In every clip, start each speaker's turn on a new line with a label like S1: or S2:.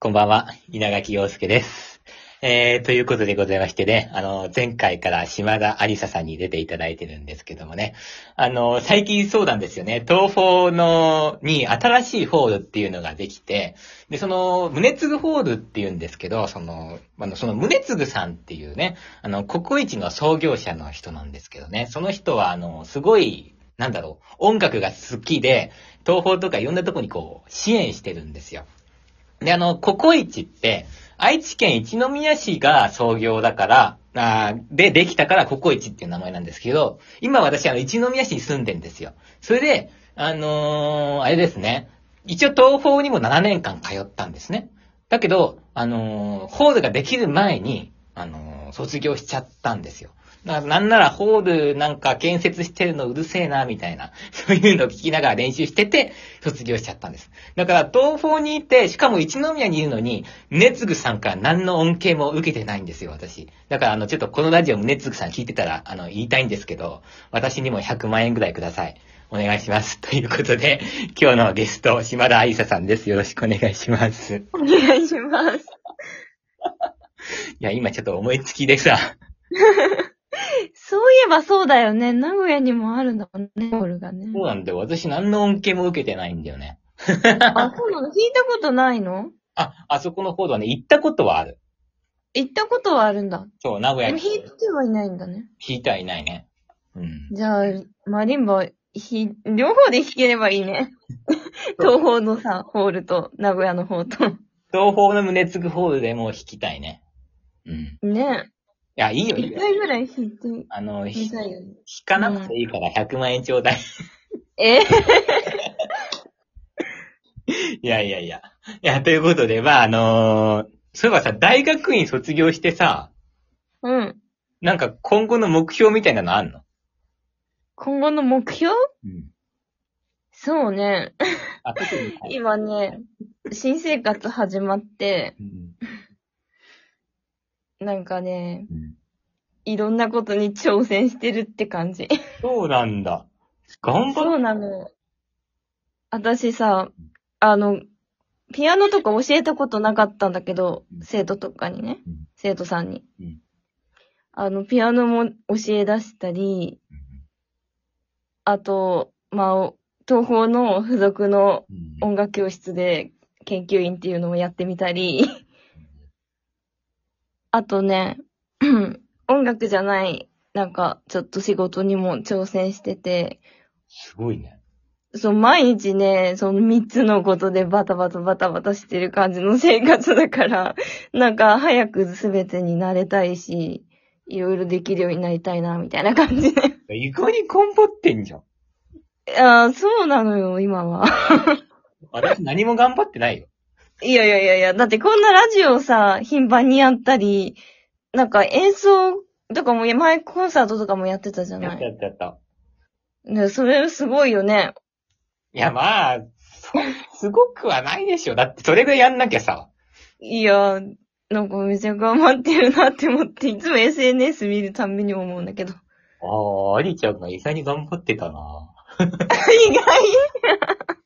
S1: こんばんは、稲垣陽介です。えー、ということでございましてね、あの、前回から島田ありささんに出ていただいてるんですけどもね、あの、最近そうなんですよね、東宝の、に新しいホールっていうのができて、で、その、宗次ホールっていうんですけど、その、あの、その宗次さんっていうね、あの、ココイチの創業者の人なんですけどね、その人は、あの、すごい、なんだろう、音楽が好きで、東宝とかいろんなとこにこう、支援してるんですよ。で、あの、ココイチって、愛知県一宮市が創業だから、あーで、できたからココイチっていう名前なんですけど、今私、あの、一宮市に住んでんですよ。それで、あのーあれですね。一応、東宝にも7年間通ったんですね。だけど、あのーホールができる前に、あのー卒業しちゃったんですよ。だからなんならホールなんか建設してるのうるせえな、みたいな。そういうのを聞きながら練習してて、卒業しちゃったんです。だから、東方にいて、しかも一宮にいるのに、宗次さんから何の恩恵も受けてないんですよ、私。だから、あの、ちょっとこのラジオ宗次さん聞いてたら、あの、言いたいんですけど、私にも100万円ぐらいください。お願いします。 ということで、今日のゲスト、島田愛沙さんです。よろしくお願いします。
S2: お願いします。
S1: いや、今ちょっと思いつきでさ、
S2: そういえばそうだよね。名古屋にもあるんだもんね、ホールがね。
S1: そうなんだよ。私何の恩恵も受けてないんだよね。
S2: あ、そうなの聞いたことないの
S1: あ、あそこのホールはね、行ったことはある。
S2: 行ったことはあるんだ。
S1: そう、名古
S2: で
S1: 屋
S2: も
S1: に
S2: 弾いてはいないんだね。
S1: 弾いてはいないね。うん。
S2: じゃあ、マリンバ、ひ、両方で弾ければいいね。東方のさ、ホールと、名古屋の方と。
S1: 東方の胸つぐホールでもう弾きたいね。うん。い
S2: ね
S1: や、いいよ、いい
S2: 一
S1: よ。
S2: 回ぐらい弾いて
S1: あの、
S2: み
S1: ひ
S2: たい
S1: 弾
S2: よね。
S1: かなくていいから100万円ちょうだい。
S2: え
S1: いやいやいや。いや、ということで、まあ、あのーそういえばさ、大学院卒業してさ、
S2: うん。
S1: なんか今後の目標みたいなのあんの
S2: 今後の目標
S1: うん。
S2: そうね。
S1: あ、特にない。
S2: 今ね、新生活始まって、
S1: うん
S2: なんかね、
S1: うん
S2: いろんなことに挑戦してるって感じ。
S1: そうなんだ。頑張
S2: そ
S1: っ
S2: うなの。私さ、あの、ピアノとか教えたことなかったんだけど
S1: う、ん
S2: 生徒とかにね
S1: うん、
S2: 生徒さんに
S1: うん。
S2: あの、ピアノも教え出したり、あと、まあ、お東方の付属の
S1: うん
S2: 音楽教室で研究員っていうのもやってみたり、 あとね、 音楽じゃない、なんか、ちょっと仕事にも挑戦してて、
S1: すごいね。
S2: そう、毎日ね、その三つのことでバタバタバタバタしてる感じの生活だから、 なんか、早くすべてに慣れたいし、いろいろできるようになりたいな、みたいな感じね。
S1: 意外に頑張ってんじゃん。
S2: ああ、そうなのよ、今は。
S1: 私何も頑張ってないよ。
S2: いやいやいやいや、だってこんなラジオさ、頻繁にやったり、なんか演奏とかも、前コンサートとかもやってたじゃ
S1: や
S2: な
S1: った
S2: い。
S1: やったやった。
S2: ね、それすごいよね。
S1: いや、まあ、そ、 すごくはないでしょ。だって、それぐらいやんなきゃさ。
S2: いや、なんかめちゃ頑張ってるなって思って、いつも SNS 見るたんびに思うんだけど。
S1: ああ、アリちゃんが意外に頑張ってたな。
S2: 意外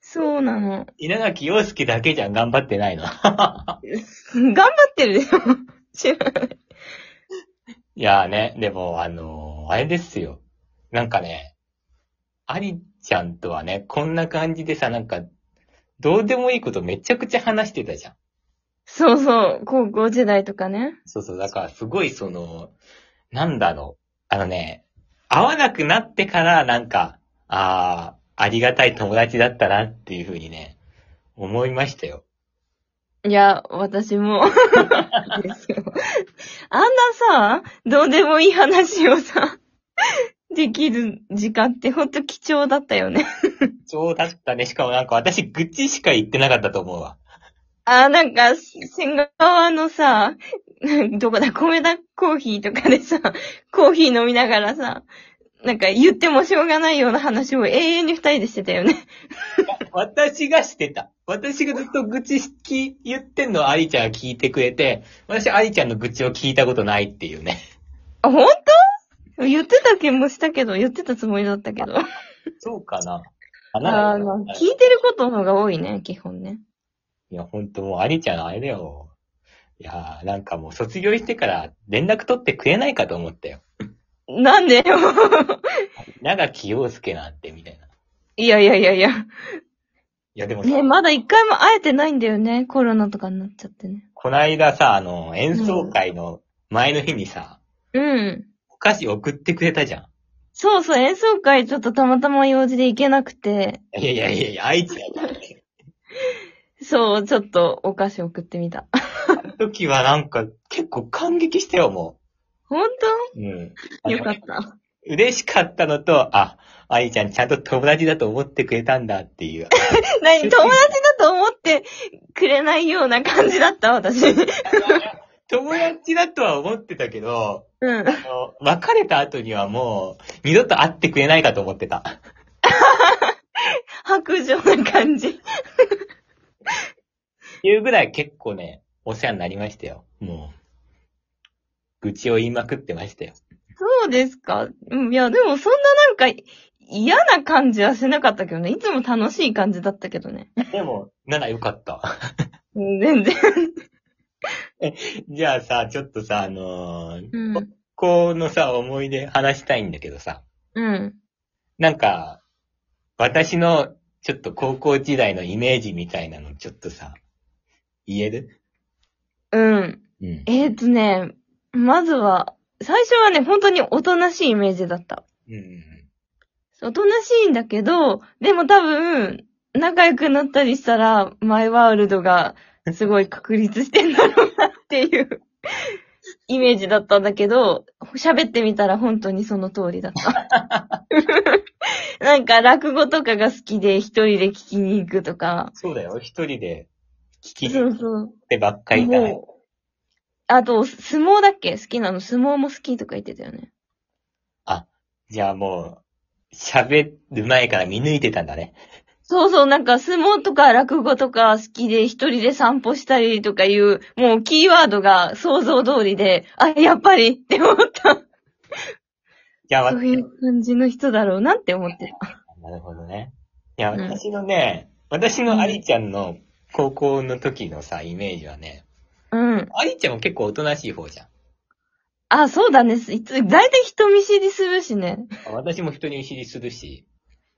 S2: そうなの。
S1: 稲垣陽介だけじゃん頑張って ないの。
S2: 頑張ってるでしょ。知らない
S1: いやーね、でも、あのーあれですよ。なんかね、アリちゃんとはね、こんな感じでさ、なんか、どうでもいいことめちゃくちゃ話してたじゃん。
S2: そうそう、高校時代とかね。
S1: そうそう、だからすごいその、なんだろう。あのね、会わなくなってからなんか、ああ、ありがたい友達だったなっていうふうにね、思いましたよ。
S2: いや、私も。ですよ。あんなさ、どうでもいい話をさ、できる時間ってほんと貴重だったよね。
S1: そうだったね。しかもなんか私愚痴しか言ってなかったと思うわ。
S2: あ、なんか、千川のさ、どこだ、米田コーヒーとかでさ、コーヒー飲みながらさ、なんか言ってもしょうがないような話を永遠に二人でしてたよね。
S1: 私がしてた。私がずっと愚痴き言ってんのをアリちゃんが聞いてくれて、私アリちゃんの愚痴を聞いたことないっていうね。
S2: あ、ほんと言ってた気もしたけど、言ってたつもりだったけど。
S1: そうかな。
S2: あの、聞いてることの方が多いね、基本ね。
S1: いや、ほんともう、アリちゃんあれだよ。いやー、なんかもう卒業してから連絡取ってくれないかと思ったよ。
S2: なんでよ。
S1: 長木陽介なんて、みたいな。い
S2: いやいやいやいや。
S1: や、でもさ、
S2: ね、まだ一回も会えてないんだよね。コロナとかになっちゃってね。
S1: こないださ、あの、演奏会の前の日にさ、
S2: うん。
S1: お菓子送ってくれたじゃ
S2: そうそう、演奏会ちょっとたまたま用事で行けなくて、
S1: ん。いやいやいやいや、愛知だからね。
S2: そう、ちょっとお菓子送ってみた。
S1: あの時はなんか、結構感激したよ、も
S2: 本
S1: う。う
S2: 当
S1: ん。
S2: よかった。
S1: 嬉しかったのと、あ、愛ちゃんちゃんと友達だと思ってくれたんだっていう。
S2: 何友達だと思ってくれないような感じだった、私。
S1: 友達だとは思ってたけど、
S2: うん。
S1: あの別れた後にはもう、二度と会ってくれないかと思ってた。
S2: 白状な感じ。
S1: っていうぐらい結構ね、お世話になりましたよ。もう。愚痴を言いまくってましたよ。
S2: そうですか。うん、いや、でもそんななんか嫌な感じはしなかったけどね。いつも楽しい感じだったけどね。
S1: でも、ならよかった。
S2: うん全然。
S1: じゃあさ、ちょっとさ、あのー、
S2: うん。
S1: このさ、思い出話したいんだけどさ、
S2: うん。
S1: なんか、私の、ちょっと高校時代のイメージみたいなの、ちょっとさ、言える
S2: うん。
S1: うん。
S2: えー、とね、まずは、最初はね、本当におとなしいイメージだった。
S1: うん。
S2: おとなしいんだけど、でも多分、仲良くなったりしたら、マイワールドがすごい確立してんだろうなっていう イメージだったんだけど、喋ってみたら本当にその通りだった。 なんか落語とかが好きで一人で聞きに行くとか。
S1: そうだよ、一人で、聞き
S2: そ
S1: っ
S2: うそう。
S1: てばっかりだね。
S2: もうあと、相撲だっけ好きなの相撲も好きとか言ってたよね。
S1: じゃあもう、喋る前から見抜いてたんだね。
S2: そうそう、なんか相撲とか落語とか好きで一人で散歩したりとかいう、もうキーワードが想像通りで、あ、やっぱりって思った。
S1: いや、
S2: そういう感じの人だろうなって思ってた。
S1: なるほどね。いや、
S2: うん
S1: 私のね、私のアリちゃんの高校の時のさ、イメージはね、
S2: うん。
S1: アリちゃんも結構おとなしい方じゃん。
S2: あ、そうだね。いつ、大体人見知りするしね。
S1: 私も人に知りするし。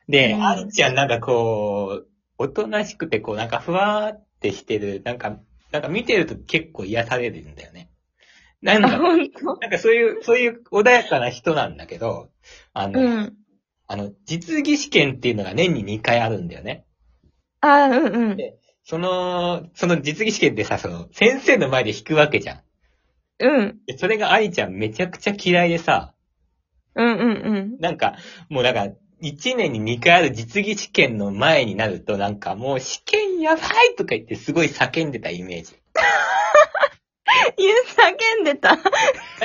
S1: で、
S2: うん
S1: アリちゃんなんかこう、おとなしくてこう、なんかふわーってしてる、なんか、なんか見てると結構癒されるんだよね。なん
S2: あ、
S1: か、
S2: ほんと
S1: なんかそういう、そういう穏やかな人なんだけど、あの、
S2: うん。
S1: あの、実技試験っていうのが年に2回あるんだよね。
S2: あ、うんうん。
S1: その、その実技試験ってさ、その、先生の前で弾くわけじゃん。
S2: うん。
S1: で、それが愛ちゃんめちゃくちゃ嫌いでさ、
S2: うんうんうん。
S1: なんか、もうなんか、1年に2回ある実技試験の前になると、なんかもう試験やばいとか言ってすごい叫んでたイメージ。
S2: 言う、叫んでた。
S1: だ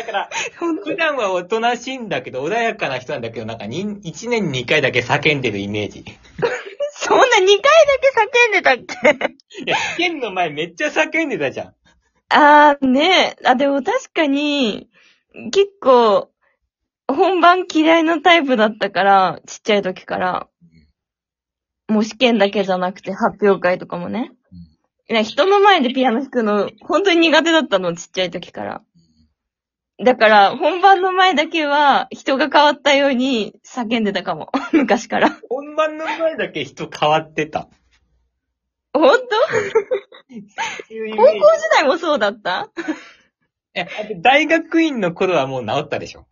S1: から、
S2: ほんと
S1: 普段はおとなしいんだけど、穏やかな人なんだけど、なんか1年に2回だけ叫んでるイメージ。い
S2: そんな2回だけ叫んでたっけ
S1: や、試験の前めっちゃ叫んでたじゃん。
S2: あーねえ、あ、でも確かに、結構、本番嫌いなタイプだったから、ちっちゃい時から。もう試験だけじゃなくて発表会とかもね。いや人の前でピアノ弾くの、本当に苦手だったの、ちっちゃい時から。だから、本番の前だけは、人が変わったように叫んでたかも。 昔から。
S1: 本番の前だけ人変わってた。
S2: 本
S1: っていうイ
S2: 当
S1: メ
S2: 高
S1: ー
S2: 校
S1: ジ
S2: 時代もそうだった
S1: え、あと大学院の頃はもう治ったでしょ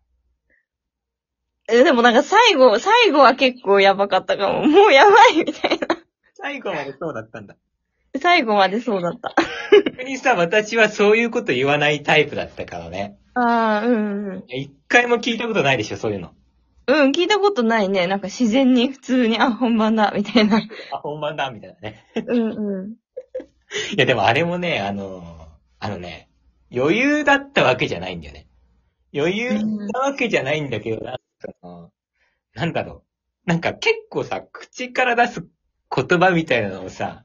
S2: えでもなんか最後、最後は結構やばかったかも。もうやばいみたいな。
S1: 最後までそうだったんだ。
S2: 最後までそうだった。
S1: 逆にさ、私はそういうこと言わないタイプだったからね。
S2: ああ、うんうん。
S1: 一回も聞いたことないでしょ、そういうの。
S2: うん、聞いたことないね。なんか自然に普通に、あ、本番だ、みたいな。
S1: あ、本番だ、みたいなね。
S2: うんうん。
S1: いや、でもあれもね、あの、あのね、余裕だったわけじゃないんだよね。余裕なわけじゃないんだけど、なんかそのなんだろう。なんか結構さ、口から出す言葉みたいなのをさ、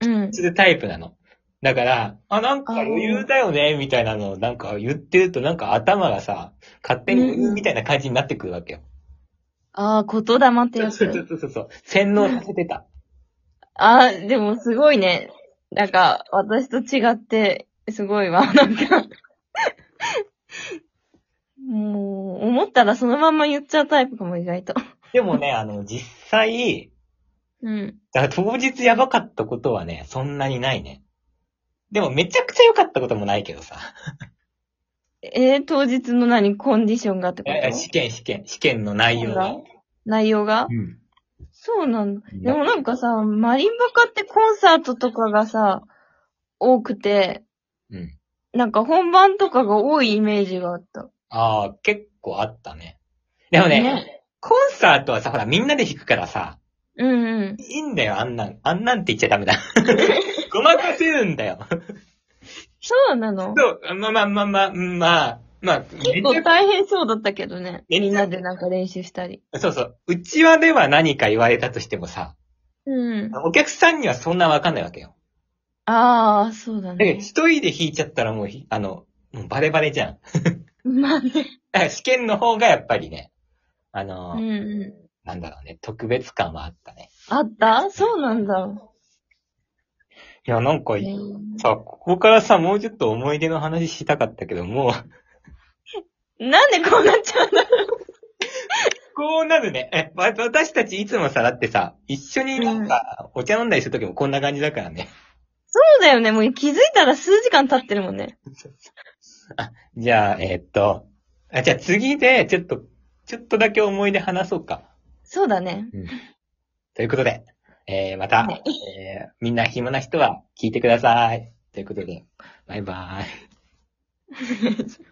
S2: うん。
S1: するタイプなの。だから、あ、なんか余裕だよね、みたいなのをなんか言ってるとなんか頭がさ、勝手に余裕みたいな感じになってくるわけよ。
S2: ああ、言霊って
S1: そう
S2: や
S1: そうそう
S2: つ。
S1: そうそう。洗脳させてた。
S2: ああ、でもすごいね。なんか、私と違って、すごいわ、なんか。もう、思ったらそのまんま言っちゃうタイプかも、意外と。
S1: でもね、あの、実際、
S2: うん。
S1: だから当日やばかったことはね、そんなにないね。でもめちゃくちゃ良かったこともないけどさ。
S2: えー、当日の何、コンディションがってこ
S1: え試
S2: と
S1: 験、試験、試験の内容が
S2: そ。内容が
S1: うん。
S2: そうなんだ。でもなんかさ、マリンバカってコンサートとかがさ、多くて、
S1: うん。
S2: なんか本番とかが多いイメージがあった。
S1: ああ、結構あったね。でもね、
S2: ね
S1: コンサートはさ、ほら、みんなで弾くからさ、
S2: うんうん。
S1: いいんだよ、あんなん、あんなんって言っちゃダメだ。 ごまかせるんだよ。
S2: そうなの
S1: そう、まあまあまあまあ、うんまあ、まあ、
S2: 結構大変そうだったけどね。
S1: めっちゃ
S2: みんなでなんか練習したり。
S1: そうそう。うちわでは何か言われたとしてもさ、
S2: うん。
S1: お客さんにはそんなわかんないわけよ。
S2: ああ、そうだ
S1: だけど
S2: ね。
S1: 一人で弾いちゃったらもうひ、あの、もうバレバレじゃん。
S2: まあね。
S1: だから試験の方がやっぱりね、あの、
S2: うんうん。
S1: なんだろうね、特別感はあったね。
S2: あったそうなんだ。
S1: いや、なんか、
S2: えー
S1: さ、ここからさ、もうちょっと思い出の話したかったけど、もう、
S2: なんでこうなっちゃうんだろ
S1: こうなるね。え、わ私たちいつもさ、だってさ、一緒になんか、お茶飲んだりするときもこんな感じだからね。
S2: うだよね。もう気づいたら数時間経ってるもんね。
S1: じゃあ、えーっと、あ、じゃあ次で、ちょっと、ちょっとだけ思い出話そうか。
S2: そうだね。
S1: ということで、えー、また、
S2: はい
S1: えー、みんな暇な人は聞いてください。ということで、バイバーイ。